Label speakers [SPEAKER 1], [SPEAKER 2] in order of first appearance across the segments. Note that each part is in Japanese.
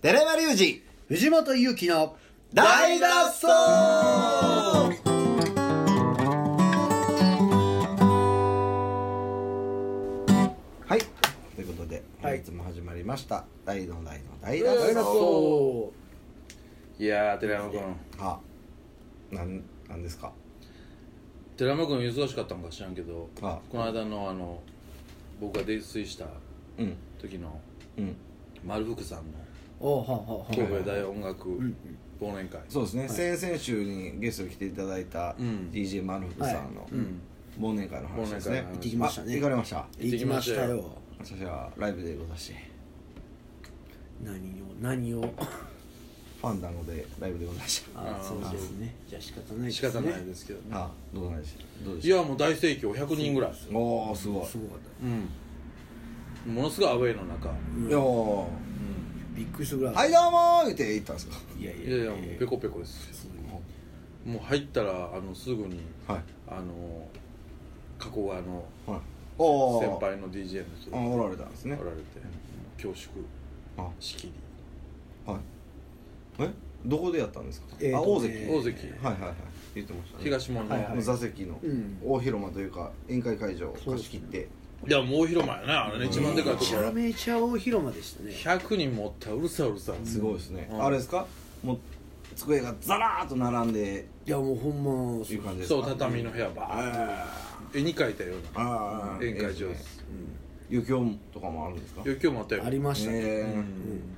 [SPEAKER 1] 寺山隆
[SPEAKER 2] 二藤本勇樹の
[SPEAKER 1] 二大脱走はいということで
[SPEAKER 2] はい
[SPEAKER 1] 本日も始まりました「大の大の大脱
[SPEAKER 2] 大
[SPEAKER 1] 走
[SPEAKER 2] 脱走
[SPEAKER 3] いやー寺山君」
[SPEAKER 1] あなんなんですか
[SPEAKER 3] 寺山君忙しかったんか知らんけど
[SPEAKER 1] あ
[SPEAKER 3] この間のあの僕が泥酔した
[SPEAKER 1] うん
[SPEAKER 3] 時の
[SPEAKER 1] うん
[SPEAKER 3] 丸福さんの
[SPEAKER 2] おうはんはんはん
[SPEAKER 3] 神戸大音楽忘年会
[SPEAKER 1] そうですね、先々週にゲストに来ていただいた
[SPEAKER 3] うん
[SPEAKER 1] DJ マルフさんの
[SPEAKER 3] うん
[SPEAKER 1] 忘年会の話ですね、
[SPEAKER 3] 忘年会の話行って
[SPEAKER 2] きましたね
[SPEAKER 1] あ行かれました
[SPEAKER 2] 行きました
[SPEAKER 3] 行
[SPEAKER 2] よ
[SPEAKER 1] 私はライブでござし
[SPEAKER 2] 何を何を
[SPEAKER 1] ファンダンゴでライブでござし
[SPEAKER 2] あ
[SPEAKER 3] あー
[SPEAKER 2] あそうですねじゃあ仕方ないです
[SPEAKER 3] 仕方ない
[SPEAKER 2] ね
[SPEAKER 3] ですけどね
[SPEAKER 1] あどうなんでしどうで
[SPEAKER 3] い
[SPEAKER 1] し
[SPEAKER 3] やもう大盛況100人ぐらい
[SPEAKER 1] たおおすごい
[SPEAKER 2] すごかった
[SPEAKER 3] うんものすごいアウェイの中
[SPEAKER 1] いやー
[SPEAKER 2] びっくりするぐらい
[SPEAKER 1] はいどうもー言って行ったんですか
[SPEAKER 2] いやい
[SPEAKER 3] い
[SPEAKER 2] や
[SPEAKER 3] やいやもうペコペコですもう入ったらあのすぐに
[SPEAKER 1] はい
[SPEAKER 3] あの加古川の
[SPEAKER 1] はいおお
[SPEAKER 3] 先輩の DJ の人
[SPEAKER 1] あ
[SPEAKER 3] が
[SPEAKER 1] おられたんですね
[SPEAKER 3] おられて恐縮
[SPEAKER 1] あ
[SPEAKER 3] しきり
[SPEAKER 1] はいえどこでやったんですか、
[SPEAKER 2] えーと
[SPEAKER 1] あ大関
[SPEAKER 2] えー
[SPEAKER 3] 大関
[SPEAKER 1] はいはいはい言ってましたね
[SPEAKER 3] 東門の、
[SPEAKER 2] はい
[SPEAKER 3] い
[SPEAKER 2] は
[SPEAKER 1] 座席の
[SPEAKER 2] うん
[SPEAKER 1] 大広間というか宴会会場を貸し切って
[SPEAKER 3] やもう大広間やなあれね一番でかいと
[SPEAKER 2] め
[SPEAKER 3] こ
[SPEAKER 2] ちゃ
[SPEAKER 3] ろ
[SPEAKER 2] めちゃ大広間でしたね
[SPEAKER 3] 100人持ったうるさいうるさい
[SPEAKER 1] すごいですね、
[SPEAKER 3] うん
[SPEAKER 1] あれですかもう机がザラーっと並んで
[SPEAKER 2] いやもうほんま
[SPEAKER 1] いう感じですか
[SPEAKER 3] そう畳の部屋ば
[SPEAKER 1] あ
[SPEAKER 3] 絵に描いたよう
[SPEAKER 1] ー
[SPEAKER 3] な
[SPEAKER 1] あー
[SPEAKER 3] 宴会場です
[SPEAKER 1] 余興とかもあるんですか
[SPEAKER 3] 余興もあったよ
[SPEAKER 2] ありましたね
[SPEAKER 1] え
[SPEAKER 3] う
[SPEAKER 1] ー
[SPEAKER 3] ん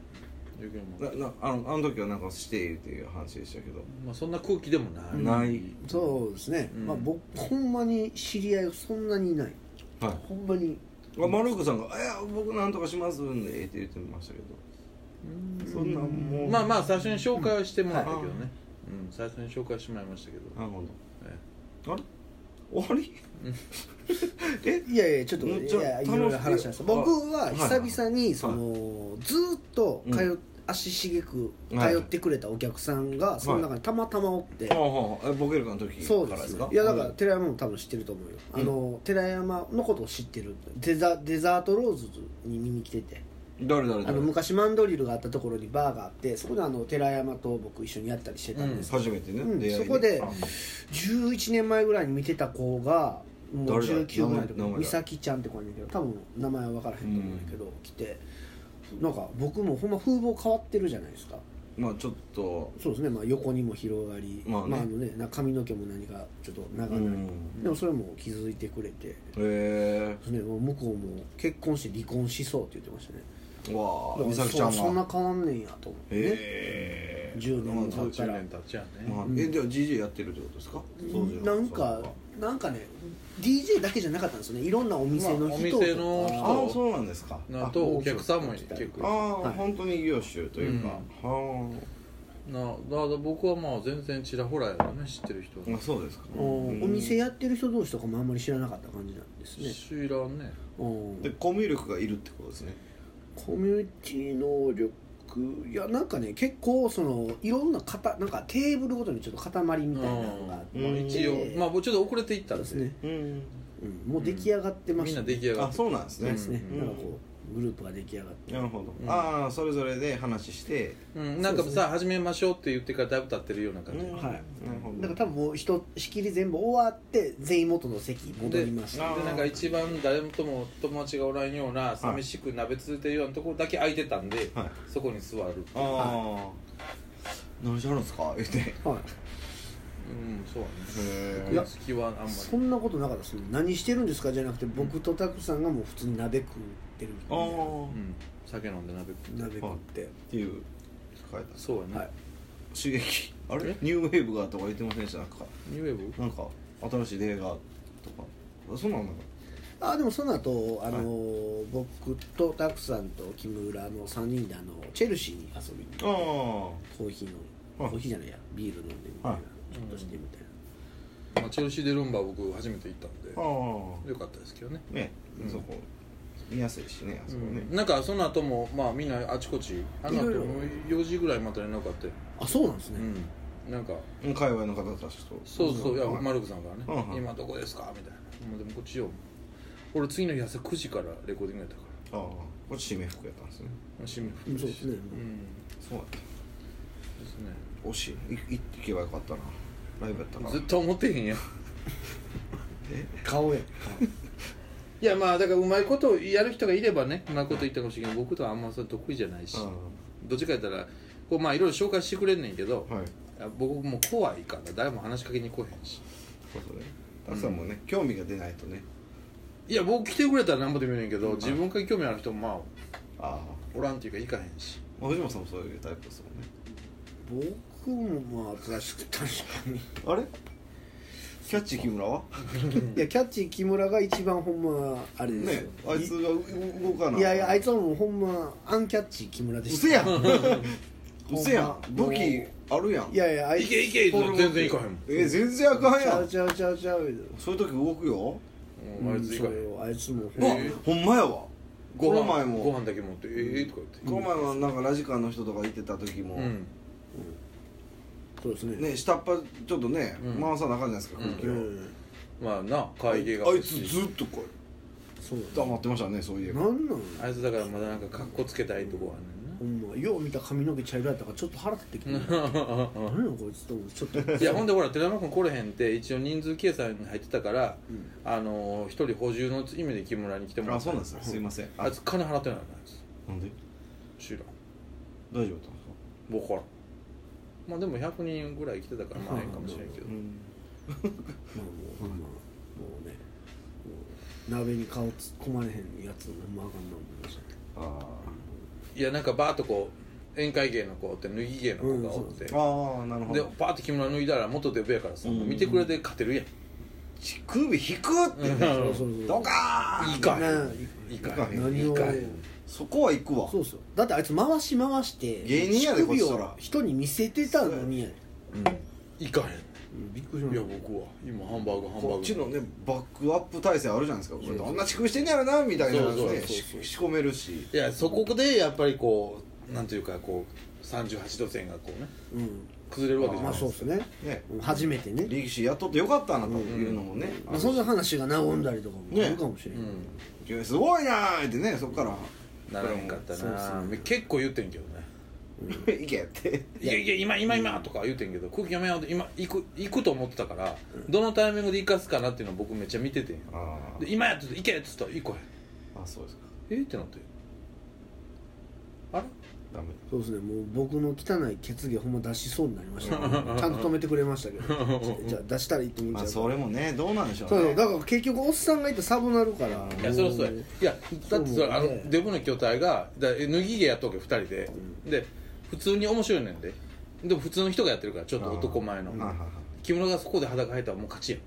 [SPEAKER 3] 余興もあっ
[SPEAKER 1] ななあのあの時はなんかしてっていう話でしたけど、
[SPEAKER 3] たまあそんな空気でもな
[SPEAKER 1] な
[SPEAKER 3] い
[SPEAKER 1] い
[SPEAKER 2] そうですね
[SPEAKER 3] うん
[SPEAKER 2] まあ僕ほんまに知り合いがそんなにいない
[SPEAKER 1] は
[SPEAKER 2] ほんまに
[SPEAKER 1] いマルークさんが「いや僕なんとかしますんで」って言ってましたけどそんなんもう
[SPEAKER 3] まあまあ最初に紹介はしてもらったけどねうん最初に紹介してもらいましたけど
[SPEAKER 1] なるほ
[SPEAKER 3] え
[SPEAKER 1] どあれ終わり え
[SPEAKER 2] いやいやちょっと
[SPEAKER 1] うん
[SPEAKER 2] い
[SPEAKER 1] ちょ
[SPEAKER 2] やい
[SPEAKER 1] 楽しい
[SPEAKER 2] ろいろ話しました僕は久々にそ
[SPEAKER 1] は
[SPEAKER 2] のずーっと通っ足しげく通ってくれたお客さんがその中にたまたまおって
[SPEAKER 1] はあはあえボケルカの時
[SPEAKER 2] そう
[SPEAKER 1] か
[SPEAKER 2] で
[SPEAKER 1] らですす
[SPEAKER 2] ね
[SPEAKER 1] か
[SPEAKER 2] いやだから寺山も多分知ってると思うよあの寺山のことを知ってるデザデザートローズに見に来てて
[SPEAKER 1] 誰誰
[SPEAKER 2] あの
[SPEAKER 1] 誰
[SPEAKER 2] 昔マンドリルがあったところにバーがあってそこであの寺山と僕一緒にやったりしてたんです
[SPEAKER 1] 初めてね、
[SPEAKER 2] うん
[SPEAKER 1] 出会い
[SPEAKER 2] そこで11年前ぐらいに見てた子がもう
[SPEAKER 1] 誰だ
[SPEAKER 2] 19ぐら
[SPEAKER 1] 名前名
[SPEAKER 2] いの時
[SPEAKER 1] 前
[SPEAKER 2] 美咲ちゃんって子なんだけど多分名前は分からへんと思うんだけど、来てなんか僕もほんま風貌変わってるじゃないですか
[SPEAKER 1] まあちょっと
[SPEAKER 2] そうですね、まあ、横にも広がり、
[SPEAKER 1] まあね
[SPEAKER 2] あのね、な髪の毛も何かちょっと長
[SPEAKER 1] う
[SPEAKER 2] ない、
[SPEAKER 1] ん
[SPEAKER 2] でもそれも気づいてくれて、
[SPEAKER 1] へ
[SPEAKER 2] ね、もう向こうも結婚して離婚しそうって言ってましたね
[SPEAKER 1] えわあ
[SPEAKER 2] だから
[SPEAKER 1] 美咲ちゃんが
[SPEAKER 2] そうそんな変わんねんやと思って、ね
[SPEAKER 1] へえ
[SPEAKER 2] 10年も
[SPEAKER 1] まあ
[SPEAKER 2] 経った
[SPEAKER 3] 10
[SPEAKER 2] ら
[SPEAKER 3] 年経っちゃう
[SPEAKER 1] ま
[SPEAKER 3] ね
[SPEAKER 1] あえでは GJ やってるってことですかそうじゃ
[SPEAKER 2] なんか
[SPEAKER 1] そう
[SPEAKER 2] なんかね DJ だけじゃなかったんですよねいろんなお店の人とか、
[SPEAKER 3] まあお店の人
[SPEAKER 1] ああそうなんですか
[SPEAKER 3] なとお客さんも結
[SPEAKER 1] ああ、
[SPEAKER 3] 構
[SPEAKER 2] はい
[SPEAKER 1] 本当に異業種というか、は
[SPEAKER 3] なだから僕はまあ全然ちらほらやね知ってる人は
[SPEAKER 1] あ、まあ、そうですか
[SPEAKER 2] おお店やってる人同士とかもあんまり知らなかった感じなんですね
[SPEAKER 3] 知らんね
[SPEAKER 2] うん
[SPEAKER 1] でコミュ力がいるってことですね
[SPEAKER 2] コミュニティ能力いやなんかね結構そのいろんな型なんかテーブルごとにちょっと塊みたいなのがあって、
[SPEAKER 1] うん
[SPEAKER 3] まあ一応まあもうちょっと遅れていった
[SPEAKER 2] そうんで
[SPEAKER 3] ですす
[SPEAKER 2] ね
[SPEAKER 3] ね、
[SPEAKER 1] うん
[SPEAKER 2] うん、もう出来上がってま
[SPEAKER 3] み
[SPEAKER 2] し
[SPEAKER 3] ん
[SPEAKER 2] た、
[SPEAKER 3] な
[SPEAKER 2] ね
[SPEAKER 3] 出来上が
[SPEAKER 1] あ
[SPEAKER 3] って
[SPEAKER 1] そうなんですね
[SPEAKER 2] ですね、
[SPEAKER 1] うん
[SPEAKER 2] なんかこうグループが出来上がって
[SPEAKER 1] なるほど、ああそれぞれで話して
[SPEAKER 3] うん、なんかさ始めましょうって言ってからだいぶ経ってるような感じ、
[SPEAKER 1] うん
[SPEAKER 2] はい
[SPEAKER 1] なるほど
[SPEAKER 2] だから多分もうひとしきり全部終わって全員元の席に戻りました
[SPEAKER 1] あー
[SPEAKER 3] でなんか一番誰とも友達がおらんような寂しく鍋ついてるようなところだけ空いてたんで、
[SPEAKER 1] はい
[SPEAKER 3] そこに座る
[SPEAKER 1] ああ、何しはるんですか言ってへ
[SPEAKER 2] はい
[SPEAKER 3] うんそう
[SPEAKER 1] え
[SPEAKER 3] だね好きはあんま
[SPEAKER 2] そんなことなかったですね何してるんですかじゃなくて僕とタクさんがもう普通に鍋食ってるみた
[SPEAKER 1] あ
[SPEAKER 2] いな
[SPEAKER 3] り、うん、酒飲んで鍋食って
[SPEAKER 2] 鍋食って
[SPEAKER 1] っていう書いた
[SPEAKER 3] そうやね、
[SPEAKER 2] はい
[SPEAKER 1] 刺激あれ
[SPEAKER 3] え
[SPEAKER 1] ニューウェーブがとか言ってませんでしたなんか
[SPEAKER 3] ニューウェーブ
[SPEAKER 1] なんか新しい映画とかあそんなんなんか
[SPEAKER 2] あでもその後あのー僕とタクさんと木村の3人であのチェルシーに遊びに
[SPEAKER 1] ああ
[SPEAKER 2] コーヒーの
[SPEAKER 1] はい
[SPEAKER 2] コーヒーじゃないやビール飲んでみたい
[SPEAKER 1] は
[SPEAKER 2] ないちょっとしてみたいな
[SPEAKER 3] まあ、チェルシー・デ・ルンバは僕初めて行ったんで
[SPEAKER 1] あ
[SPEAKER 3] よかったですけどね
[SPEAKER 1] あね、そこ見やすいしねあそこね、
[SPEAKER 3] うんなんかその後もまあみんなあちこちあの後
[SPEAKER 2] いろいろ
[SPEAKER 3] も4時ぐらいまた連絡あって
[SPEAKER 2] あそうなんです
[SPEAKER 3] う
[SPEAKER 2] ね、
[SPEAKER 3] んなんか
[SPEAKER 1] 界隈の方たちと
[SPEAKER 3] そうそういや
[SPEAKER 1] はい
[SPEAKER 3] マルクさんからね
[SPEAKER 1] うんう
[SPEAKER 3] 「
[SPEAKER 1] ん
[SPEAKER 3] 今どこですか?」みたいな「もうでもこっちよ」俺次の日朝9時からレコーディングやった
[SPEAKER 1] あ
[SPEAKER 3] か
[SPEAKER 1] あこれ締め服やったんですね
[SPEAKER 3] ら締め
[SPEAKER 2] う
[SPEAKER 3] 服
[SPEAKER 2] んそうですね、
[SPEAKER 3] うん
[SPEAKER 1] そうやっ
[SPEAKER 3] ですね
[SPEAKER 1] た惜しいい行ってけばよかったなライブやったから
[SPEAKER 3] ずっと思ってへんやん
[SPEAKER 2] 顔や
[SPEAKER 3] いやまあだからうまいことをやる人がいればねうまいこと言ったかもしれんけど僕とはあんまそれ得意じゃないし
[SPEAKER 1] う
[SPEAKER 3] どっちかやったらこうまあいろいろ紹介してくれんねんけど
[SPEAKER 1] んはい
[SPEAKER 3] あ僕もう怖いから誰も話しかけに来へんし
[SPEAKER 1] そうそうねたくさんもね、興味が出ないとね
[SPEAKER 3] いや僕来てくれたら何ぼでもいいねんけど、
[SPEAKER 1] うん
[SPEAKER 3] 自分から興味ある人もまあ
[SPEAKER 1] ああ
[SPEAKER 3] おらんっていうか行かへんし
[SPEAKER 1] まあ藤本さんもそういうタイプですもんね
[SPEAKER 2] 僕もまあ確かに
[SPEAKER 1] あれキャッチ木村はい
[SPEAKER 2] やキャッチ木村が一番ほんまあれですよ、
[SPEAKER 1] ねあいつがう動かない
[SPEAKER 2] いやいやあい
[SPEAKER 1] つ
[SPEAKER 2] つはもうほんまアンキャッチ木村
[SPEAKER 1] う
[SPEAKER 2] でした
[SPEAKER 1] せや んうせや
[SPEAKER 2] ほん
[SPEAKER 1] ん
[SPEAKER 2] ま
[SPEAKER 1] 武器あるやん
[SPEAKER 2] いやいやあい
[SPEAKER 3] 行
[SPEAKER 2] つ
[SPEAKER 3] け行け
[SPEAKER 1] ポロロ
[SPEAKER 3] 全然行かへんもん
[SPEAKER 1] え全然あかん
[SPEAKER 2] ち
[SPEAKER 1] や
[SPEAKER 2] ゃうんちゃうちゃうちゃう
[SPEAKER 1] そういう時動くよ
[SPEAKER 3] うんあいつ
[SPEAKER 2] そ
[SPEAKER 3] 行かへん
[SPEAKER 2] うよあいつも
[SPEAKER 3] へえ
[SPEAKER 1] あほんまやわ
[SPEAKER 3] ご
[SPEAKER 1] この
[SPEAKER 3] 飯
[SPEAKER 1] 前も
[SPEAKER 3] ご飯だけ持ってええとか
[SPEAKER 1] この前はなんかラジカンの人とか行ってた時も、
[SPEAKER 3] 言ってうん
[SPEAKER 2] そうですね
[SPEAKER 1] ね下っ端ちょっとね、
[SPEAKER 3] うん
[SPEAKER 1] 回さなあかんじゃないですか
[SPEAKER 3] うん
[SPEAKER 1] 空気
[SPEAKER 2] う
[SPEAKER 1] を、
[SPEAKER 2] ん
[SPEAKER 3] まあな会計が
[SPEAKER 1] あい
[SPEAKER 3] 欲
[SPEAKER 1] つ
[SPEAKER 3] し
[SPEAKER 1] ずっとこ
[SPEAKER 2] そう
[SPEAKER 1] う黙ってましたねそういえば
[SPEAKER 2] なんなん
[SPEAKER 3] あいつだからまだなんか格好つけたいとこ
[SPEAKER 2] ほんまよう見た髪の毛茶色やったからちょっと腹立ってきて
[SPEAKER 3] あんねんな
[SPEAKER 2] 何やこいつと思ってちょっ と
[SPEAKER 3] いやほんでほら寺山君来れへんって一応人数計算に入ってたから、
[SPEAKER 2] ん
[SPEAKER 3] あのー一人補充の意味で木村に来てもら
[SPEAKER 1] あ
[SPEAKER 3] った
[SPEAKER 1] そうなんですよすいません
[SPEAKER 3] あいつ金払ってないのあいつ
[SPEAKER 1] なんで
[SPEAKER 3] 知らん
[SPEAKER 1] 大丈夫だったんですか
[SPEAKER 3] 僕からんまあでも100人ぐらい来てたからまあええかもしれんけど
[SPEAKER 1] うん
[SPEAKER 2] まあもうほんまもうねもう鍋に顔突っ込まれへんやつほんまあかんな思いましたね
[SPEAKER 1] あ
[SPEAKER 3] いやなんかバーッとこう宴会芸の子って脱ぎ芸の子がおって、
[SPEAKER 1] ーあーなるほ
[SPEAKER 3] で
[SPEAKER 1] ど
[SPEAKER 3] バーッて木村脱いだら元デブやからさ、
[SPEAKER 1] うん
[SPEAKER 3] 見てくれて勝てるやん
[SPEAKER 1] 乳首引くってね
[SPEAKER 3] うん
[SPEAKER 2] そうそうそ
[SPEAKER 1] ド
[SPEAKER 2] う
[SPEAKER 1] カーン
[SPEAKER 3] いかへん
[SPEAKER 2] ね
[SPEAKER 3] いかへん
[SPEAKER 2] 何を
[SPEAKER 3] いかへん
[SPEAKER 1] そこは行くわ
[SPEAKER 2] そうそうだってあいつ回し回して
[SPEAKER 1] 芸人やで
[SPEAKER 2] 乳首を
[SPEAKER 1] こっちから
[SPEAKER 2] 人に見せてたのにやで
[SPEAKER 3] うんいかへ
[SPEAKER 2] うんびっくりしま
[SPEAKER 3] んい
[SPEAKER 2] し
[SPEAKER 3] や
[SPEAKER 2] た
[SPEAKER 3] 僕は今ハンバーグハンバーグ
[SPEAKER 1] こっちのねバックアップ体制あるじゃないですかこれどんな乳首してんねやろなみたいな
[SPEAKER 3] そうそう
[SPEAKER 1] ね
[SPEAKER 3] そう
[SPEAKER 1] し仕込めるし
[SPEAKER 3] いやそこでやっぱりこうなんていうかこう38度線がこうね
[SPEAKER 2] うん
[SPEAKER 3] 崩れるわけじゃ
[SPEAKER 2] ま
[SPEAKER 3] な
[SPEAKER 2] あ
[SPEAKER 3] い
[SPEAKER 2] そうですね
[SPEAKER 1] ね
[SPEAKER 2] うん初めてね
[SPEAKER 1] 力士やっとってよかったなというのもねあ
[SPEAKER 2] まあ
[SPEAKER 1] るし
[SPEAKER 2] そんな話が和んだりとかも
[SPEAKER 1] ね
[SPEAKER 2] あるかもしれ
[SPEAKER 3] う
[SPEAKER 2] ない
[SPEAKER 3] ん
[SPEAKER 1] いやすごいなーってねそっから
[SPEAKER 3] ならへんかった
[SPEAKER 2] そう
[SPEAKER 3] な
[SPEAKER 2] そう
[SPEAKER 3] 結構言ってんけどね
[SPEAKER 1] 「 行け」って
[SPEAKER 3] いやいや今今今とか言うてんけど空気読めようと今行く行くと思ってたからどのタイミングで行かすかなっていうのを僕めっちゃ見ててんよ
[SPEAKER 1] あ
[SPEAKER 3] で今やっつって行けっつったら行こ
[SPEAKER 1] あそうですか
[SPEAKER 3] へんえってなってあれ
[SPEAKER 1] ダメ
[SPEAKER 2] そうですねもう僕の汚い血毛ほんま出しそうになり ましたねちゃんと止めてくれましたけどじゃあ出したらいいと思っ
[SPEAKER 1] ま
[SPEAKER 2] ちゃ
[SPEAKER 1] あ
[SPEAKER 2] う
[SPEAKER 1] それもねどうなんでしょ
[SPEAKER 2] そう
[SPEAKER 1] うね
[SPEAKER 2] だから結局おっさんがいてサブなるから
[SPEAKER 3] いやそりゃそうや
[SPEAKER 2] もう
[SPEAKER 3] いやだってそれあ
[SPEAKER 2] そうね
[SPEAKER 3] のデブの巨体がだ脱ぎ毛やっとけ2人で、で普通に面白いねんででも普通の人がやってるからちょっと男前の
[SPEAKER 1] はいはいはい
[SPEAKER 3] 木村がそこで裸入ったらもう勝ちやん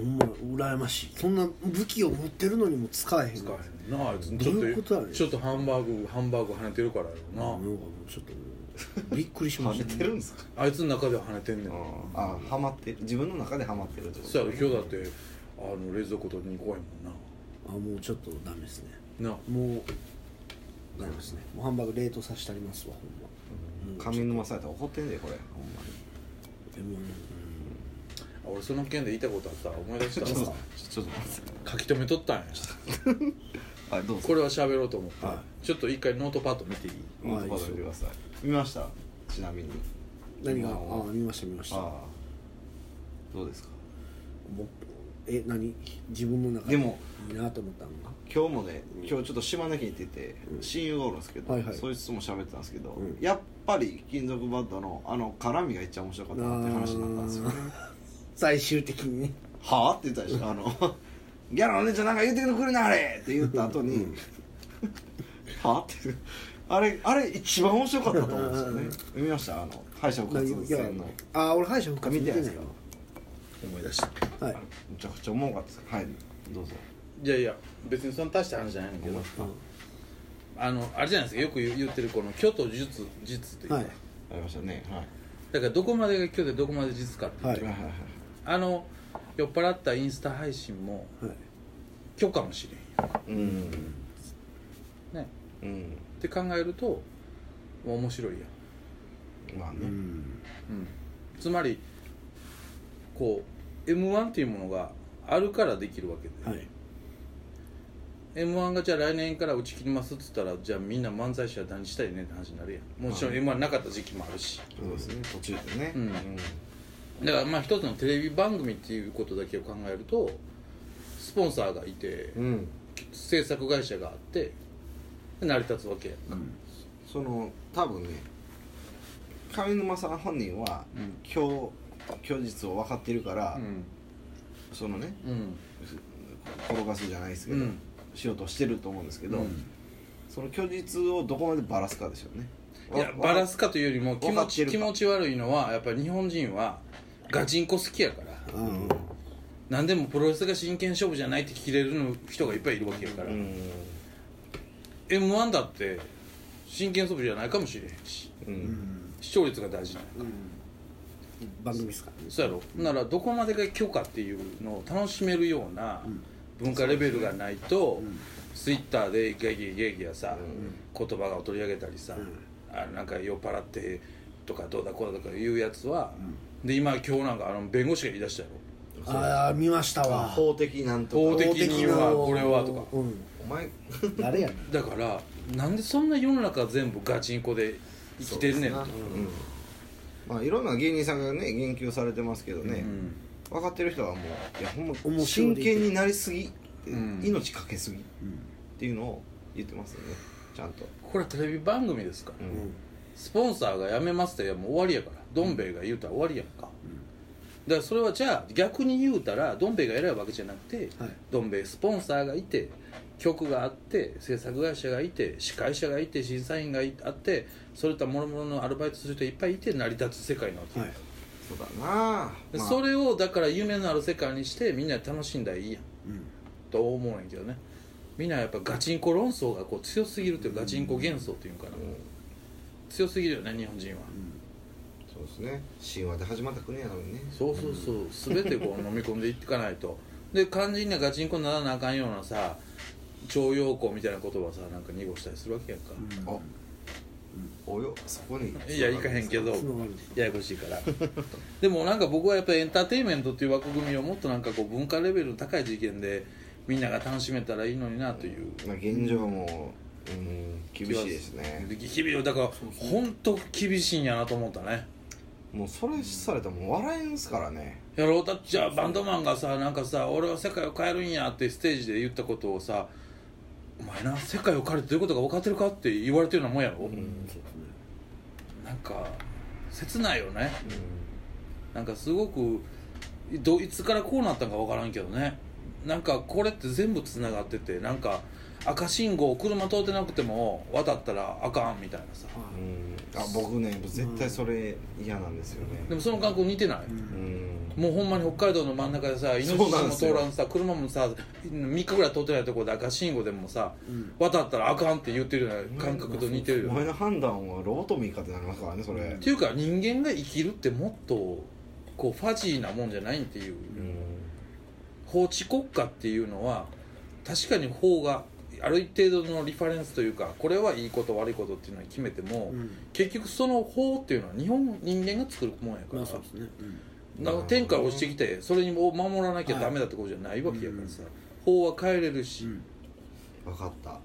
[SPEAKER 1] うん
[SPEAKER 2] ほんま羨ましいそんな武器を持ってるのにも使えへん
[SPEAKER 3] 使
[SPEAKER 2] から
[SPEAKER 3] えへんなあいつ
[SPEAKER 2] どういうこと
[SPEAKER 3] ちょ
[SPEAKER 2] や
[SPEAKER 3] っ
[SPEAKER 2] ねん
[SPEAKER 3] ちょっとハンバーグハンバーグ跳ねてるからや
[SPEAKER 2] な
[SPEAKER 3] ろ
[SPEAKER 2] ん
[SPEAKER 3] な
[SPEAKER 2] かもうちょっとびっくりしま
[SPEAKER 1] は
[SPEAKER 2] し
[SPEAKER 1] め
[SPEAKER 2] た、
[SPEAKER 1] てるんですか
[SPEAKER 3] あいつの中では跳ねてんねん
[SPEAKER 1] ああはまってる自分の中ではまってるってこと
[SPEAKER 3] そしたら今日だってあの冷蔵庫取りに来いもん
[SPEAKER 2] あもうちょっとダメですね
[SPEAKER 3] なな
[SPEAKER 2] もうダメですねもうハンバーグ冷凍させてありますわほんま
[SPEAKER 1] 上沼されたら怒ってんでこれほんまに
[SPEAKER 2] でもね
[SPEAKER 3] あ俺その件で言いたいことあったわ思い出し
[SPEAKER 1] ちょ
[SPEAKER 3] た
[SPEAKER 1] っとちょ
[SPEAKER 3] わ
[SPEAKER 1] ちょっと待って
[SPEAKER 3] 書き留めとったんや
[SPEAKER 1] はいどうぞ
[SPEAKER 3] これは喋ろうと思って、
[SPEAKER 2] は
[SPEAKER 3] ちょっと一回ノートパッド見ていい
[SPEAKER 1] ノートパソコン見てください見ましたちなみに
[SPEAKER 2] 何があ
[SPEAKER 1] まあ
[SPEAKER 2] あ見ました見ました
[SPEAKER 1] ああどうですか
[SPEAKER 2] 僕え何自分の中
[SPEAKER 1] でも
[SPEAKER 2] いいなと思ったのが
[SPEAKER 1] 今日もね今日ちょっと島根県行ってて親友がおるんですけど、
[SPEAKER 2] はいはい
[SPEAKER 1] そいつとも喋ってたんですけど、
[SPEAKER 2] うん
[SPEAKER 1] やっぱり金属バットのあの絡みがいっちゃ面白かったなって話になったんですよね
[SPEAKER 2] 最終的にね
[SPEAKER 1] はあって言ったでしょあのギャラの姉ちゃんなんか言うてくるのくれなあれって言った後に、はあってあれあれ一番面白かったと思うんですよね見ましたあの敗者復活戦の
[SPEAKER 2] ああ俺敗者復活
[SPEAKER 1] 見
[SPEAKER 2] 見
[SPEAKER 1] て
[SPEAKER 2] て
[SPEAKER 1] ない
[SPEAKER 2] ない
[SPEAKER 1] で
[SPEAKER 2] わ
[SPEAKER 1] すか
[SPEAKER 3] 思い出した
[SPEAKER 2] はい
[SPEAKER 1] あれめちゃくちゃ重かったですはいどうぞ
[SPEAKER 3] いやいや別にその大した話じゃないんだけどあのあれじゃないですかよく言う言ってるこの虚と術術というか、
[SPEAKER 2] はい
[SPEAKER 1] ありましたねはい
[SPEAKER 3] だからどこまでが虚でどこまで術かっていう、
[SPEAKER 2] はい
[SPEAKER 1] はいはいはい
[SPEAKER 3] あの酔っ払ったインスタ配信も
[SPEAKER 2] はい
[SPEAKER 3] 虚かもしれんよ
[SPEAKER 1] うん
[SPEAKER 3] ね
[SPEAKER 1] うん
[SPEAKER 3] って考えると面白いやん、
[SPEAKER 1] まあね、
[SPEAKER 2] うん
[SPEAKER 3] うん、つまりこう m 1っていうものがあるからできるわけで、
[SPEAKER 2] はい
[SPEAKER 3] m 1がじゃあ来年から打ち切りますっつったらじゃあみんな漫才師は何したいねって話になるやんもちろん m 1なかった時期もあるし
[SPEAKER 1] そうですね途中でね
[SPEAKER 3] うんだからまあ一つのテレビ番組っていうことだけを考えるとスポンサーがいて
[SPEAKER 1] うん、うん
[SPEAKER 3] 制作会社があってで成り立つわけやんか
[SPEAKER 1] その多分ね上沼さん本人は、
[SPEAKER 3] うん
[SPEAKER 1] 今日虚実を分かってるから、
[SPEAKER 3] うん
[SPEAKER 1] そのね
[SPEAKER 3] うん
[SPEAKER 1] 転がすじゃないですけど、
[SPEAKER 3] うん
[SPEAKER 1] しようとしてると思うんですけど、
[SPEAKER 3] うん
[SPEAKER 1] その虚実をどこまでばらすかでしょうね
[SPEAKER 3] いや
[SPEAKER 1] わ
[SPEAKER 3] バラすかというよりも気
[SPEAKER 1] わかっ
[SPEAKER 3] 持
[SPEAKER 1] て
[SPEAKER 3] ち
[SPEAKER 1] るか
[SPEAKER 3] 気持ち悪いのはやっぱり日本人はガチンコ好きやから
[SPEAKER 2] うん
[SPEAKER 3] 何でもプロレスが真剣勝負じゃないって切れるの人がいっぱいいるわけやから、
[SPEAKER 1] うん、
[SPEAKER 3] m 1だって真剣勝負じゃないかもしれへんし
[SPEAKER 1] うん
[SPEAKER 3] 視聴率が大事なんや
[SPEAKER 2] 番組ですからね
[SPEAKER 3] そうやろ、ならどこまでが許可っていうのを楽しめるような文化レベルがないと、ツイッターでゲギゲギやさ、言葉を取り上げたりさ、あなんか酔っ払ってとかどうだこうだとかいうやつは、で今今日なんかあの弁護士が言い出したやろ
[SPEAKER 2] ああ見ましたわ
[SPEAKER 1] 法的なんとか
[SPEAKER 3] 法的には
[SPEAKER 2] 法
[SPEAKER 3] これはとか
[SPEAKER 2] うん
[SPEAKER 1] お前
[SPEAKER 2] 誰やねん
[SPEAKER 3] だからなんでそんな世の中全部ガチンコで生きてるねんと
[SPEAKER 1] そうですなうんまあいろんな芸人さんがね言及されてますけどね、
[SPEAKER 3] うん
[SPEAKER 1] 分かってる人はもういやほんま
[SPEAKER 2] 面白い
[SPEAKER 1] 真剣になりすぎ、
[SPEAKER 3] ん
[SPEAKER 1] 命かけすぎっていうのを言ってますよねちゃんと、
[SPEAKER 3] これはテレビ番組ですから、
[SPEAKER 1] うん
[SPEAKER 3] スポンサーが辞めますってもう終わりやからどん兵衛が言うたら終わりやんか、だからそれはじゃあ逆に言うたらどん兵衛が偉いわけじゃなくて、
[SPEAKER 2] はい
[SPEAKER 3] どん兵衛スポンサーがいて局があって制作会社がいて司会者がいて審査員がいあってそれともろもろのアルバイトする人いっぱいいて成り立つ世界なわけ、
[SPEAKER 2] はい
[SPEAKER 1] そうだなあ、
[SPEAKER 3] で
[SPEAKER 1] まあ
[SPEAKER 3] それをだから夢のある世界にしてみんなで楽しんだらいいやん
[SPEAKER 2] うん
[SPEAKER 3] と思うんやけどねみんなやっぱガチンコ論争がこう強すぎるというかガチンコ幻想というかな、強すぎるよね日本人は、
[SPEAKER 1] そうですね神話で始まった国やのにね
[SPEAKER 3] そうそうそう全てこう飲み込んでいっていかないとで肝心なガチンコにならなあかんようなさ徴用工みたいな言葉さなんか濁したりするわけやんか、
[SPEAKER 1] あ、およそこに
[SPEAKER 3] いやいかへんけど
[SPEAKER 2] つながる
[SPEAKER 3] ややこしいから でもなんか僕はやっぱりエンターテインメントっていう枠組みをもっとなんかこう文化レベルの高い次元でみんなが楽しめたらいいのになという
[SPEAKER 1] まあ現状はもう、うん、厳しいですね
[SPEAKER 3] 厳しいだから本当厳しいんやなと思ったね
[SPEAKER 1] もうそれされたらもう笑えんすからね
[SPEAKER 3] やろうだってじゃあバンドマンがさなんかさ「俺は世界を変えるんや」ってステージで言ったことをさ「お前な世界を変えるってどういうことか分かってるか?」って言われてるようなもんやろ、
[SPEAKER 2] うんそうですね
[SPEAKER 3] なんか切ないよねなんかすごくどいつからこうなったんか分からんけどねなんかこれって全部つながっててなんか赤信号車通ってなくても渡ったらあかんみたいなさ
[SPEAKER 1] うん、あ僕ね絶対それ嫌なんですよね
[SPEAKER 3] でもその感覚似てない、
[SPEAKER 1] うん
[SPEAKER 3] もうほんまに北海道の真ん中でさイノシシ
[SPEAKER 1] そうなん
[SPEAKER 3] も
[SPEAKER 1] ですよ
[SPEAKER 3] 通らんさ車もさ3日ぐらい通ってないところで赤信号でもさ、渡ったらあかんって言ってるような感覚と似てる
[SPEAKER 1] お
[SPEAKER 3] よ、
[SPEAKER 1] 前の判断はロボトミーかってなりますからねそれ、
[SPEAKER 3] っていうか人間が生きるってもっとこうファジーなもんじゃないっていう法治国家っていうのは確かに法がある程度のリファレンスというかこれはいいこと悪いことっていうのに決めても、
[SPEAKER 2] うん
[SPEAKER 3] 結局その法っていうのは日本人間が作るもんやから、
[SPEAKER 2] まあそうですねうん
[SPEAKER 3] なんか天から落ちてきてそれを守らなきゃダメだってことじゃないわけやからさ、法は変えれるし、
[SPEAKER 1] 分かった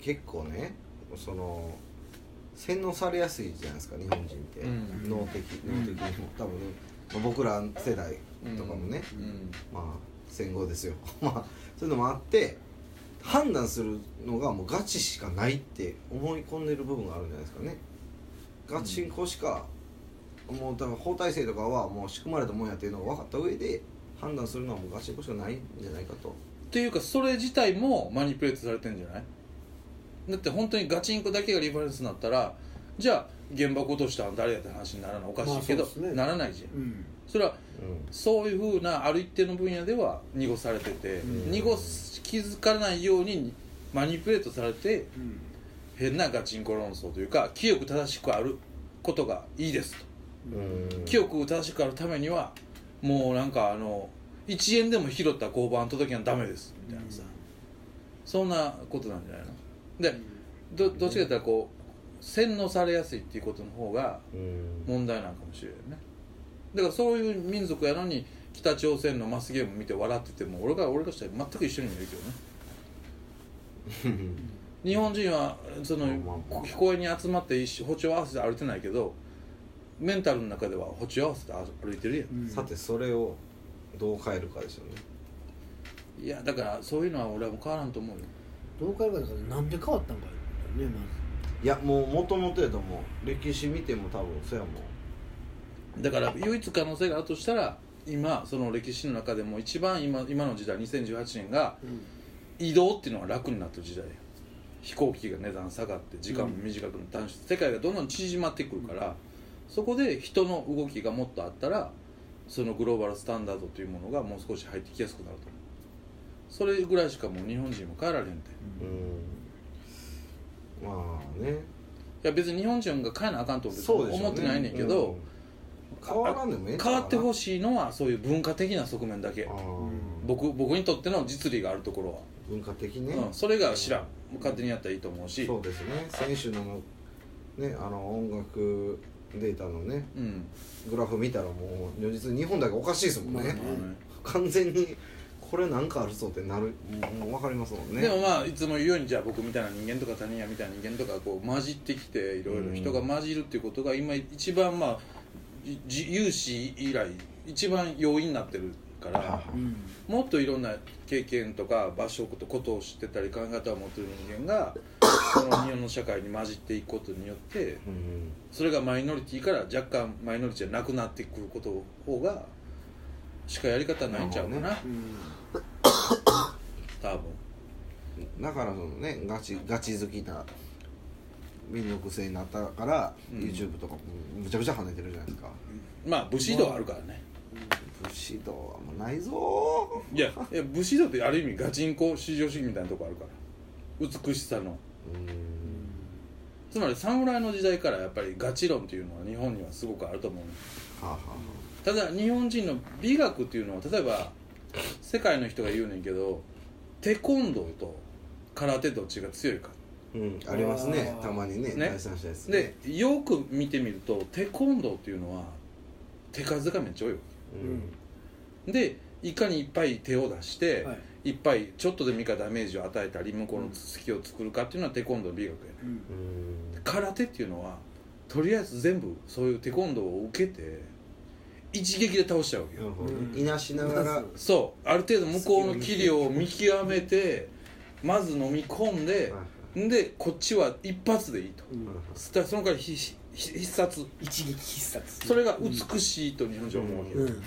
[SPEAKER 1] 結構ねその洗脳されやすいじゃないですか日本人って、
[SPEAKER 3] うん
[SPEAKER 1] 脳的脳的にも多分、まあ僕ら世代とかもね、
[SPEAKER 3] うん
[SPEAKER 1] まあ戦後ですよ まあそういうのもあって判断するのがもうガチしかないって思い込んでる部分があるんじゃないですかねガチンコしか、もう多分法体制とかはもう仕組まれたもんやっていうのが分かった上で判断するのはもうガチンコしかないんじゃないかと
[SPEAKER 3] っていうかそれ自体もマニピュレートされてんじゃないだって本当にガチンコだけがリファレンスになったらじゃあ原爆落としたん誰やって話にならないおかしいけど、
[SPEAKER 2] まあそうですね
[SPEAKER 3] ならないじゃん
[SPEAKER 2] うん
[SPEAKER 3] それは
[SPEAKER 1] うん
[SPEAKER 3] そういうふうなある一定の分野では濁されてて、
[SPEAKER 1] ん
[SPEAKER 3] 濁す気づかないようにマニピュレートされて
[SPEAKER 2] うん
[SPEAKER 3] 変なガチンコ論争というか清く正しくあることがいいですと
[SPEAKER 1] うん
[SPEAKER 3] 清く正しくあるためにはもうなんかあの1円でも拾った交番届けなダメですみたいなさ、そんなことなんじゃないのでどどっちかというとこう洗脳されやすいっていうことの方が
[SPEAKER 1] うん
[SPEAKER 3] 問題なんかもしれないねだからそういう民族やのに北朝鮮のマスゲーム見て笑ってても俺が俺がしたら全く一緒に見えるけどね日本人はその
[SPEAKER 1] まあまあまあ
[SPEAKER 3] 聞こえに集まって一緒歩調合わせて歩いてないけどメンタルの中では歩調合わせて歩いてるやん
[SPEAKER 2] うん
[SPEAKER 1] さてそれをどう変えるかですよね
[SPEAKER 3] いやだからそういうのは俺はもう変わらんと思うよ
[SPEAKER 2] どう変えるかだからなんで変わったんかよね
[SPEAKER 1] いやもうもともとやと思う歴史見ても多分そやもん
[SPEAKER 3] だから唯一可能性があるとしたら今その歴史の中でも一番今今の時代2018年が
[SPEAKER 2] まず、
[SPEAKER 3] 移動っていうのが楽になった時代や飛行機が値段下がって時間も短くなって短縮世界がどんどん縮まってくるから、そこで人の動きがもっとあったらそのグローバルスタンダードというものがもう少し入ってきやすくなると思うそれぐらいしかもう日本人も帰られへんて
[SPEAKER 1] うんまあね
[SPEAKER 3] いや別に日本人が帰らなあかんと思って
[SPEAKER 1] そうでしょうね
[SPEAKER 3] 思ってないねんけど、
[SPEAKER 1] うん変わらんでもええ
[SPEAKER 3] 変わってほ
[SPEAKER 1] しい
[SPEAKER 3] しいのはそういう文化的な側面だけ僕僕にとっての実利があるところは、
[SPEAKER 1] 文化的ね、
[SPEAKER 3] うん、それが知らん勝手にやったらいいと思うし
[SPEAKER 1] そうですね先週のねあの音楽データのね
[SPEAKER 3] うん
[SPEAKER 1] グラフ見たらもう如実に日本だけおかしいですもんね、
[SPEAKER 2] まあね
[SPEAKER 1] 完全にこれなんかあるそうってなるもう分かりますもんね
[SPEAKER 3] でもまあいつも言うようにじゃあ僕みたいな人間とか他人やみたいな人間とかこう混じってきていろいろ人が混じるっていうことが今一番まあいじ有史以来一番要因になってるから、
[SPEAKER 1] は
[SPEAKER 2] うんうん
[SPEAKER 3] もっといろんな経験とか場所とことを知ってたり考え方を持ってる人間がその日本の社会に混じっていくことによって
[SPEAKER 1] うん
[SPEAKER 3] それがマイノリティから若干マイノリティじゃなくなってくることの方がしかやり方ないんちゃうかな、
[SPEAKER 1] なる
[SPEAKER 3] 多分
[SPEAKER 1] だからそのねガチガチ好きな民族性になったから、
[SPEAKER 3] うん
[SPEAKER 1] YouTube とかもむちゃくちゃ跳ねてるじゃないですか
[SPEAKER 3] まあ武士道はあるからね
[SPEAKER 1] 武士道はもうないぞ
[SPEAKER 3] いやいや武士道ってある意味ガチンコ至上主義みたいなとこあるから美しさの
[SPEAKER 1] ーうん
[SPEAKER 3] つまり侍の時代からやっぱりガチ論っていうのは日本にはすごくあると思う
[SPEAKER 1] はあ、は
[SPEAKER 3] ただ日本人の美学っていうのは例えば世界の人が言うねんけどテコンドーと空手どっちが強いか
[SPEAKER 1] あうん、ありますね
[SPEAKER 2] あー
[SPEAKER 1] たまにね
[SPEAKER 3] ね
[SPEAKER 1] 第三者ですね
[SPEAKER 3] でよく見てみるとテコンドーっていうのは手数がめっちゃ多いわ
[SPEAKER 1] うん
[SPEAKER 3] けでいかにいっぱい手を出して、
[SPEAKER 2] はい
[SPEAKER 3] い、っぱいちょっとでもいいからダメージを与えたり向こうの隙を作るかっていうのはテコンドーの美学やね
[SPEAKER 2] うん
[SPEAKER 1] うん
[SPEAKER 3] 空手っていうのはとりあえず全部そういうテコンドーを受けて一撃で倒しちゃうわけ
[SPEAKER 1] な
[SPEAKER 3] よ、
[SPEAKER 1] るほど
[SPEAKER 2] うん
[SPEAKER 1] いなしながら
[SPEAKER 2] う
[SPEAKER 3] そうある程度向こうの器量を見極めてまず飲み込んででこっちは一発でいいと
[SPEAKER 2] うん
[SPEAKER 3] そしたらその代わりひひひ必殺
[SPEAKER 2] 一撃必殺
[SPEAKER 3] それが美しいと日本人は思うわけ
[SPEAKER 2] う
[SPEAKER 3] よ、
[SPEAKER 2] ん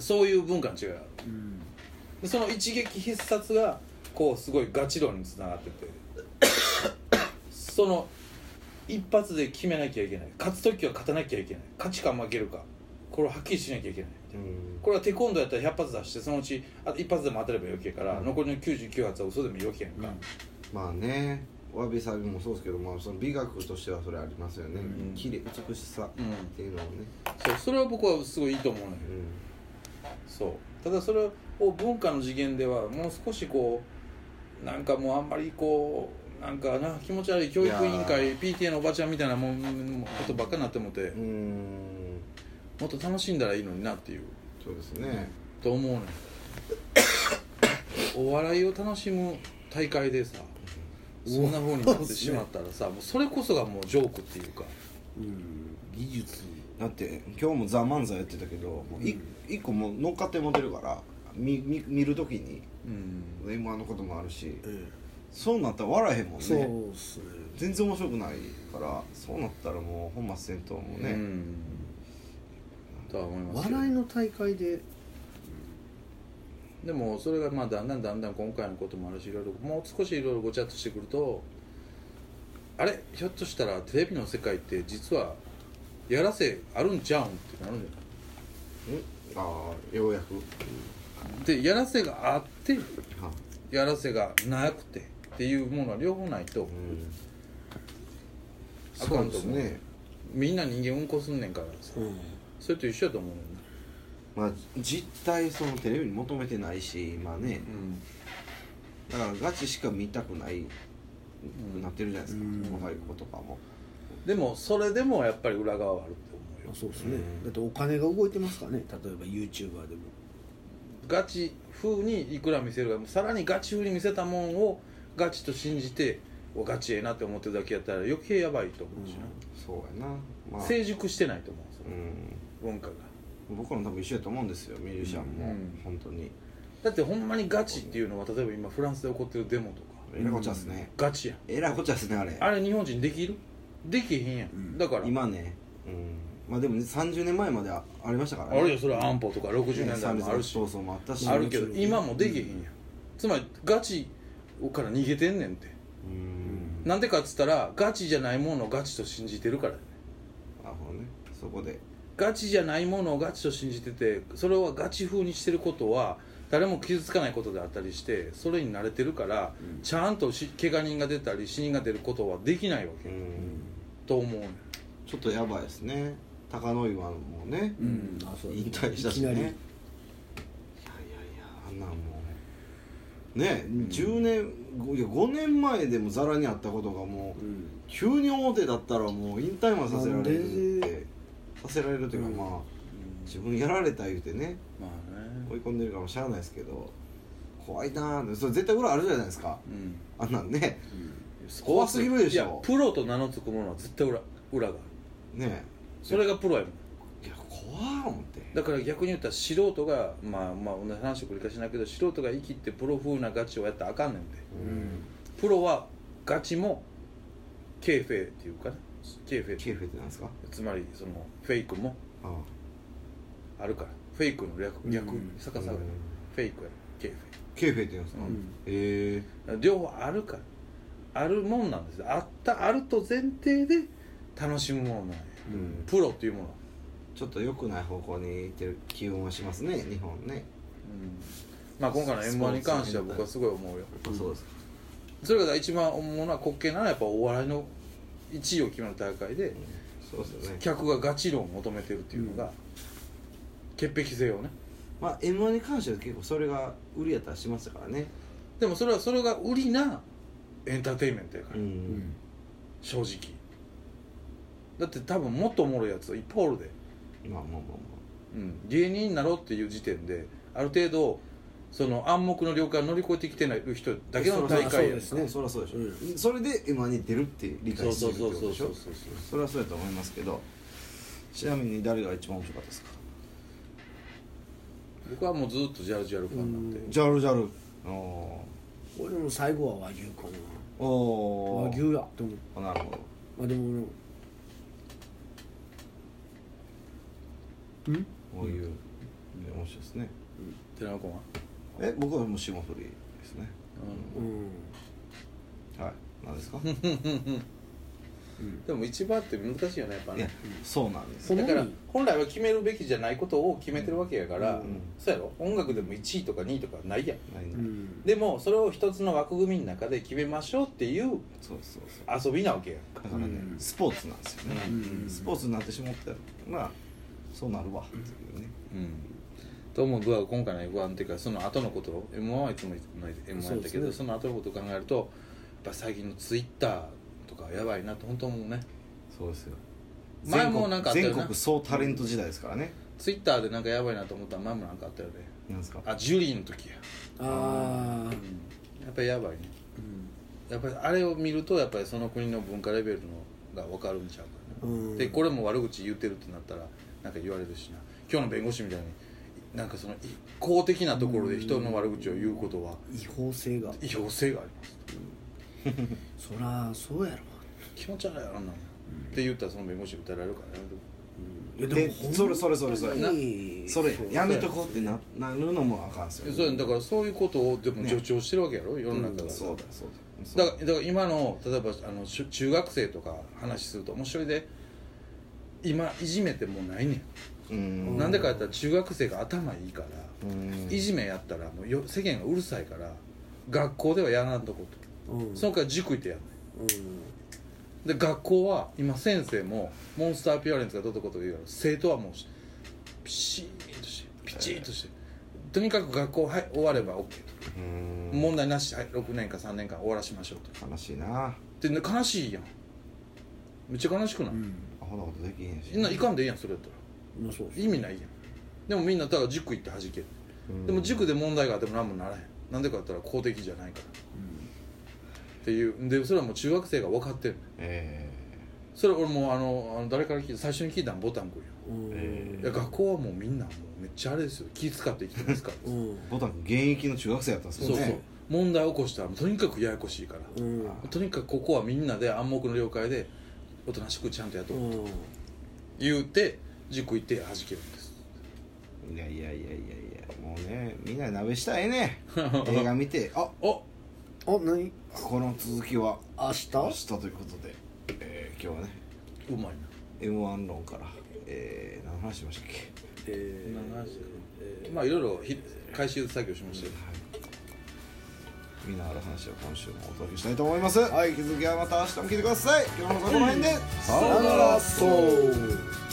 [SPEAKER 3] そういう文化の違いがある
[SPEAKER 2] うん
[SPEAKER 3] でその一撃必殺がこうすごいガチ論につながってて その一発で決めなきゃいけない勝つ時は勝たなきゃいけない勝ちか負けるかこれをはっきりしなきゃいけない
[SPEAKER 1] うん
[SPEAKER 3] これはテコンドーやったら100発出してそのうちあと1発でも当たれば余計やから、
[SPEAKER 1] うん
[SPEAKER 3] 残りの99発は嘘でも余計やんか、
[SPEAKER 1] まあねわびさびもそうですけど、まあ、その美学としてはそれありますよね、
[SPEAKER 3] うん
[SPEAKER 1] 綺麗美しさ
[SPEAKER 3] うん
[SPEAKER 1] っていうのをね、
[SPEAKER 3] そうそれは僕はすごいいいと思うのよ
[SPEAKER 1] う
[SPEAKER 3] そうただそれを文化の次元ではもう少しこうなんかもうあんまりこうなんかな気持ち悪い教育委員
[SPEAKER 1] い
[SPEAKER 3] 会
[SPEAKER 1] や
[SPEAKER 3] PTA のおばちゃんみたいなもんもうことばっかりなって思って
[SPEAKER 1] んうん
[SPEAKER 3] もっと楽しんだらいいのになっていう
[SPEAKER 1] そうですね
[SPEAKER 3] と思うねんお笑いを楽しむ大会でさそんな風になってしまったらさもうそれこそがもうジョークっていうか
[SPEAKER 2] うん技術
[SPEAKER 1] だって今日も「ザ・漫才やってたけどもうい一個もう乗っかって持てるから見見見るときに
[SPEAKER 3] うん、
[SPEAKER 1] m 1のこともあるし
[SPEAKER 2] うん
[SPEAKER 1] そうなったら笑えへんもん
[SPEAKER 2] そう
[SPEAKER 1] ね
[SPEAKER 2] っすね
[SPEAKER 1] 全然面白くないからそうなったらもう本末転倒も
[SPEAKER 3] う
[SPEAKER 1] ね、
[SPEAKER 3] んとは思いますけど
[SPEAKER 2] 笑いの大会で
[SPEAKER 3] でもそれがまあだんだんだんだん今回のこともあるしいろいろもう少しいろいろごちゃっとしてくるとあれひょっとしたらテレビの世界って実はやらせあるんちゃうんってなるんじゃな
[SPEAKER 1] うんああようやく、
[SPEAKER 3] いでやらせがあって
[SPEAKER 1] は
[SPEAKER 3] やらせがなくてっていうものは両方ない
[SPEAKER 1] う
[SPEAKER 3] と
[SPEAKER 1] ん、
[SPEAKER 3] あか
[SPEAKER 1] そうんで
[SPEAKER 3] と
[SPEAKER 1] す
[SPEAKER 3] 思う
[SPEAKER 1] ね
[SPEAKER 3] みんな人間うんこすんねんからさそれと一緒やと思うねん
[SPEAKER 1] ま
[SPEAKER 3] な
[SPEAKER 1] あ実態そのテレビに求めてないしまあねだからガチしか見たくない、
[SPEAKER 3] うん
[SPEAKER 1] なってるじゃないですか、
[SPEAKER 2] うん
[SPEAKER 1] 若い子とかも
[SPEAKER 3] でもそれでもやっぱり裏側はあると思う
[SPEAKER 2] あ
[SPEAKER 3] よ
[SPEAKER 2] そうですね
[SPEAKER 1] うん
[SPEAKER 2] だってお金が動いてますからね例えば YouTuber でも
[SPEAKER 3] ガチ風にいくら見せるかさらにガチ風に見せたもんをガチと信じておガチええなって思ってるだけやったら余計やばいと思うしな、
[SPEAKER 1] そうやな、まあ
[SPEAKER 3] 成熟してないと思う
[SPEAKER 1] うん、
[SPEAKER 3] 文化が
[SPEAKER 1] 僕らも多分一緒やと思うんですよミュージシャンも、
[SPEAKER 3] うん
[SPEAKER 1] 本当に
[SPEAKER 3] だってほんまにガチっていうのは例えば今フランスで起こってるデモとか
[SPEAKER 1] えらいこっちゃですね、
[SPEAKER 3] ガチやん
[SPEAKER 1] えらいこっちゃですねあれ
[SPEAKER 3] あれ日本人できるできへんやん、だから
[SPEAKER 1] 今ね、うん、まあでも、ね、30年前まであありましたから
[SPEAKER 3] あ
[SPEAKER 1] ね
[SPEAKER 3] るよそれは安保とか60年代もあるし
[SPEAKER 1] そうそうもあったし
[SPEAKER 3] あるけど
[SPEAKER 2] うん
[SPEAKER 3] 今もできへんやんつまりガチから逃げてんねんって
[SPEAKER 1] うん
[SPEAKER 3] なんでかっつったらガチじゃないものをガチと信じてるからやね
[SPEAKER 1] なるほどねそこで
[SPEAKER 3] ガチじゃないものをガチと信じててそれはガチ風にしてることは誰も傷つかないことであったりしてそれに慣れてるから、ちゃんとし怪我人が出たり死人が出ることはできないわ
[SPEAKER 1] う
[SPEAKER 3] け、
[SPEAKER 1] ん
[SPEAKER 3] と思うねん
[SPEAKER 1] ちょっとやばいですね高野岩もね、
[SPEAKER 2] うんあそう
[SPEAKER 1] 引退したしねいや
[SPEAKER 2] いき
[SPEAKER 1] い
[SPEAKER 2] な
[SPEAKER 1] や
[SPEAKER 2] り
[SPEAKER 1] いやあんなんもうね10年ごいや5年前でもザラにあったことがもう、
[SPEAKER 2] うん
[SPEAKER 1] 急に表だったらもう引退もさせられるっ
[SPEAKER 2] な
[SPEAKER 1] て
[SPEAKER 2] んで
[SPEAKER 1] させられるというか、まあ自分やられた言うてね
[SPEAKER 3] まあね
[SPEAKER 1] 追い込んでるかもしゃあないですけど怖いなーってそれ絶対裏あるじゃないですか
[SPEAKER 3] うん
[SPEAKER 1] あんなんね
[SPEAKER 3] 怖
[SPEAKER 1] 怖すぎるでしょ
[SPEAKER 3] いやプロと名の付くものは絶対裏裏がある
[SPEAKER 1] ね
[SPEAKER 3] それがプロやもん
[SPEAKER 1] えいや怖い思って
[SPEAKER 3] だから逆に言ったら素人がまあまあ同じ話を繰り返しないけど素人が生きてプロ風なガチをやったらあかんねんで
[SPEAKER 1] うん
[SPEAKER 3] プロはガチもケーフェっていうかねケーフェ
[SPEAKER 1] ケーフェってなんですか
[SPEAKER 3] つまりそのフェイクも
[SPEAKER 1] ああ
[SPEAKER 3] あるからフェイクの略逆
[SPEAKER 2] うん
[SPEAKER 3] 逆さが
[SPEAKER 1] うん
[SPEAKER 3] フェイクやケーフ
[SPEAKER 1] ケーフェって言うんですか、
[SPEAKER 3] うん
[SPEAKER 1] え
[SPEAKER 3] ェ両方あるからあるもんなんですよあったあると前提で楽しむものなんや
[SPEAKER 1] えうん、
[SPEAKER 3] プロっていうものは
[SPEAKER 1] ちょっと良くない方向に行ってる気温はしますね日本ね
[SPEAKER 3] うんまあ今回の m 1に関しては僕はすごい思うよ
[SPEAKER 1] そうですか
[SPEAKER 3] それが一番思うのは滑稽なのはやっぱお笑いの1位を決める大会で
[SPEAKER 1] そうですよね
[SPEAKER 3] 客がガチ論を求めてるっていうのが、潔癖性をね
[SPEAKER 1] まあ m 1に関しては結構それが売りやったらしましたからね
[SPEAKER 3] でもそれはそれが売りなエンターテインメントやから、
[SPEAKER 1] うん
[SPEAKER 3] 正直だって多分もっとおもろいやつはいっぱいおるで、
[SPEAKER 1] まあまあまあ
[SPEAKER 3] うん、芸人になろうっていう時点である程度その暗黙の了解を乗り越えてきてない人だけの大
[SPEAKER 2] そ
[SPEAKER 3] 会
[SPEAKER 2] う
[SPEAKER 3] や
[SPEAKER 2] で
[SPEAKER 3] ん
[SPEAKER 2] す
[SPEAKER 1] まあ、
[SPEAKER 2] ね
[SPEAKER 1] そりゃそうでしょ、それで m 1に出るって理
[SPEAKER 3] そう
[SPEAKER 1] 解して
[SPEAKER 3] そ
[SPEAKER 1] るっ
[SPEAKER 3] う
[SPEAKER 1] てこ
[SPEAKER 3] そう
[SPEAKER 1] と
[SPEAKER 3] そう
[SPEAKER 1] でし
[SPEAKER 3] そ
[SPEAKER 1] ょ
[SPEAKER 3] うそう
[SPEAKER 1] それはそうやと思いますけどちなみに誰が一番面白かったですか
[SPEAKER 3] 僕はもうずっとジャルジャルファンなんで
[SPEAKER 1] ジャルジャルお
[SPEAKER 2] 俺も最後は和牛
[SPEAKER 1] ー
[SPEAKER 2] かな
[SPEAKER 1] お
[SPEAKER 2] 和牛
[SPEAKER 1] ー
[SPEAKER 2] やと思う
[SPEAKER 1] あなるほど
[SPEAKER 2] まあでもうん
[SPEAKER 1] こういう面白いですね
[SPEAKER 3] 寺尾君は
[SPEAKER 1] え僕はもう霜降りですね
[SPEAKER 2] うん
[SPEAKER 1] はい何ですか
[SPEAKER 3] でも一番って難しいよねやっぱ
[SPEAKER 1] いや
[SPEAKER 3] ね
[SPEAKER 1] そうなんです
[SPEAKER 2] うん
[SPEAKER 3] だから
[SPEAKER 2] 好み
[SPEAKER 3] 本来は決めるべきじゃないことを決めてるわけやから、
[SPEAKER 1] うん
[SPEAKER 3] そうやろ音楽でも1位とか2位とかないやん
[SPEAKER 1] ないな
[SPEAKER 2] うん
[SPEAKER 3] でもそれを一つの枠組みの中で決めましょうっていう
[SPEAKER 1] そうそうそう
[SPEAKER 3] 遊びなわけやん
[SPEAKER 1] だからね
[SPEAKER 2] うん
[SPEAKER 1] スポーツなんですよね
[SPEAKER 2] うん
[SPEAKER 1] スポーツになってしまったらまあそうなるわっていうね
[SPEAKER 3] うんと思うドアが今回の F1 っていうかその後のことを M1 はいつも M1 だけどそ,、
[SPEAKER 2] そうです
[SPEAKER 3] の後のことを考えるとやっぱ最近のツイッターとかやばいなと本当思うね
[SPEAKER 1] そうですよ
[SPEAKER 3] 前もなんかあったよな
[SPEAKER 1] 全国総タレント時代ですからね
[SPEAKER 3] ツイッターでなんかやばいなと思ったら前もなんかあったよね
[SPEAKER 1] なんですか
[SPEAKER 3] あジュリーの時や、
[SPEAKER 2] ああ
[SPEAKER 3] やっぱりやばいねやっぱりあれを見るとやっぱりその国の文化レベルのが分かるんちゃうかな
[SPEAKER 2] うん
[SPEAKER 3] でこれも悪口言ってるってなったらなんか言われるしな今日の弁護士みたいになんかその一方的なところで人の悪口を言うことは
[SPEAKER 2] 違法性が
[SPEAKER 3] 違法性があります
[SPEAKER 2] そらそうやろ
[SPEAKER 3] 気持ち悪いやろあんなのって言ったらその弁護士訴えられるからね
[SPEAKER 2] いや
[SPEAKER 1] でそれそれそれそれ
[SPEAKER 2] れ
[SPEAKER 1] それやめとこうってななるのもあかんですよ
[SPEAKER 3] そうやんだからそういうことをでも
[SPEAKER 1] ね
[SPEAKER 3] 助長してるわけやろ世の中が、
[SPEAKER 1] そうだそうだ
[SPEAKER 3] だからだから今の例えばあのしゅ中学生とか話すると面白いで今いじめてもうないね、
[SPEAKER 1] うんん
[SPEAKER 3] なんでかやったら中学生が頭いいから、
[SPEAKER 1] うん
[SPEAKER 3] いじめやったらもうよ世間がうるさいから学校ではやらんとこと
[SPEAKER 2] うん
[SPEAKER 3] そのから塾行ってやんね
[SPEAKER 2] うん
[SPEAKER 3] んで学校は今先生もモンスターピアレンツがどうとこと言うから生徒はもうしピシーンとしてピチーンとして、とにかく学校、はい、終われば OK と、
[SPEAKER 1] うん
[SPEAKER 3] 問題なし、はい、6年か3年間終わらしましょうと
[SPEAKER 1] 悲しいなあ
[SPEAKER 3] でね悲しいやんめっちゃ悲しくない、
[SPEAKER 1] ほなことできへんし
[SPEAKER 3] みんないかんでいいやんそれやったら
[SPEAKER 2] まあそう
[SPEAKER 3] 意味ないやんでもみんなただ塾行って弾ける、でも塾で問題があっても何もならへんなんでかって言ったら公的じゃないから、っていうでそれはもう中学生が分かってる
[SPEAKER 1] え
[SPEAKER 3] それ俺もうあのあの誰から聞いた最初に聞いたのボタン君よ
[SPEAKER 2] うん
[SPEAKER 1] え
[SPEAKER 3] いや学校はもうみんなもうめっちゃあれですよ気使って生きてますから
[SPEAKER 2] うん
[SPEAKER 1] ー、ボタン君現役の中学生やったんです
[SPEAKER 3] そうそう、
[SPEAKER 1] もんね
[SPEAKER 3] 問題起こしたらとにかくややこしいから、
[SPEAKER 2] うん
[SPEAKER 3] とにかくここはみんなで暗黙の了解でおとなしくちゃんとやっとう
[SPEAKER 2] うん
[SPEAKER 3] 言うて塾行って弾けるんです
[SPEAKER 1] いやいやいやいやいやもうねみんなで鍋したらええね 映画見てあ
[SPEAKER 3] お
[SPEAKER 2] あ何
[SPEAKER 1] この続きは
[SPEAKER 2] 明
[SPEAKER 1] 明
[SPEAKER 2] 日
[SPEAKER 1] 日ということで、えー、今日はね
[SPEAKER 3] うまいな
[SPEAKER 1] m 1論から、えー、何の話しましたっけ
[SPEAKER 2] え
[SPEAKER 3] 長いしまあいろいろひ回収作業しましたけど
[SPEAKER 1] はい、みんなある話を今週もお届けしたいと思います、はい、気づきはまた明日も聞いてください今日の放送はこの辺で、
[SPEAKER 2] ー、さよならそう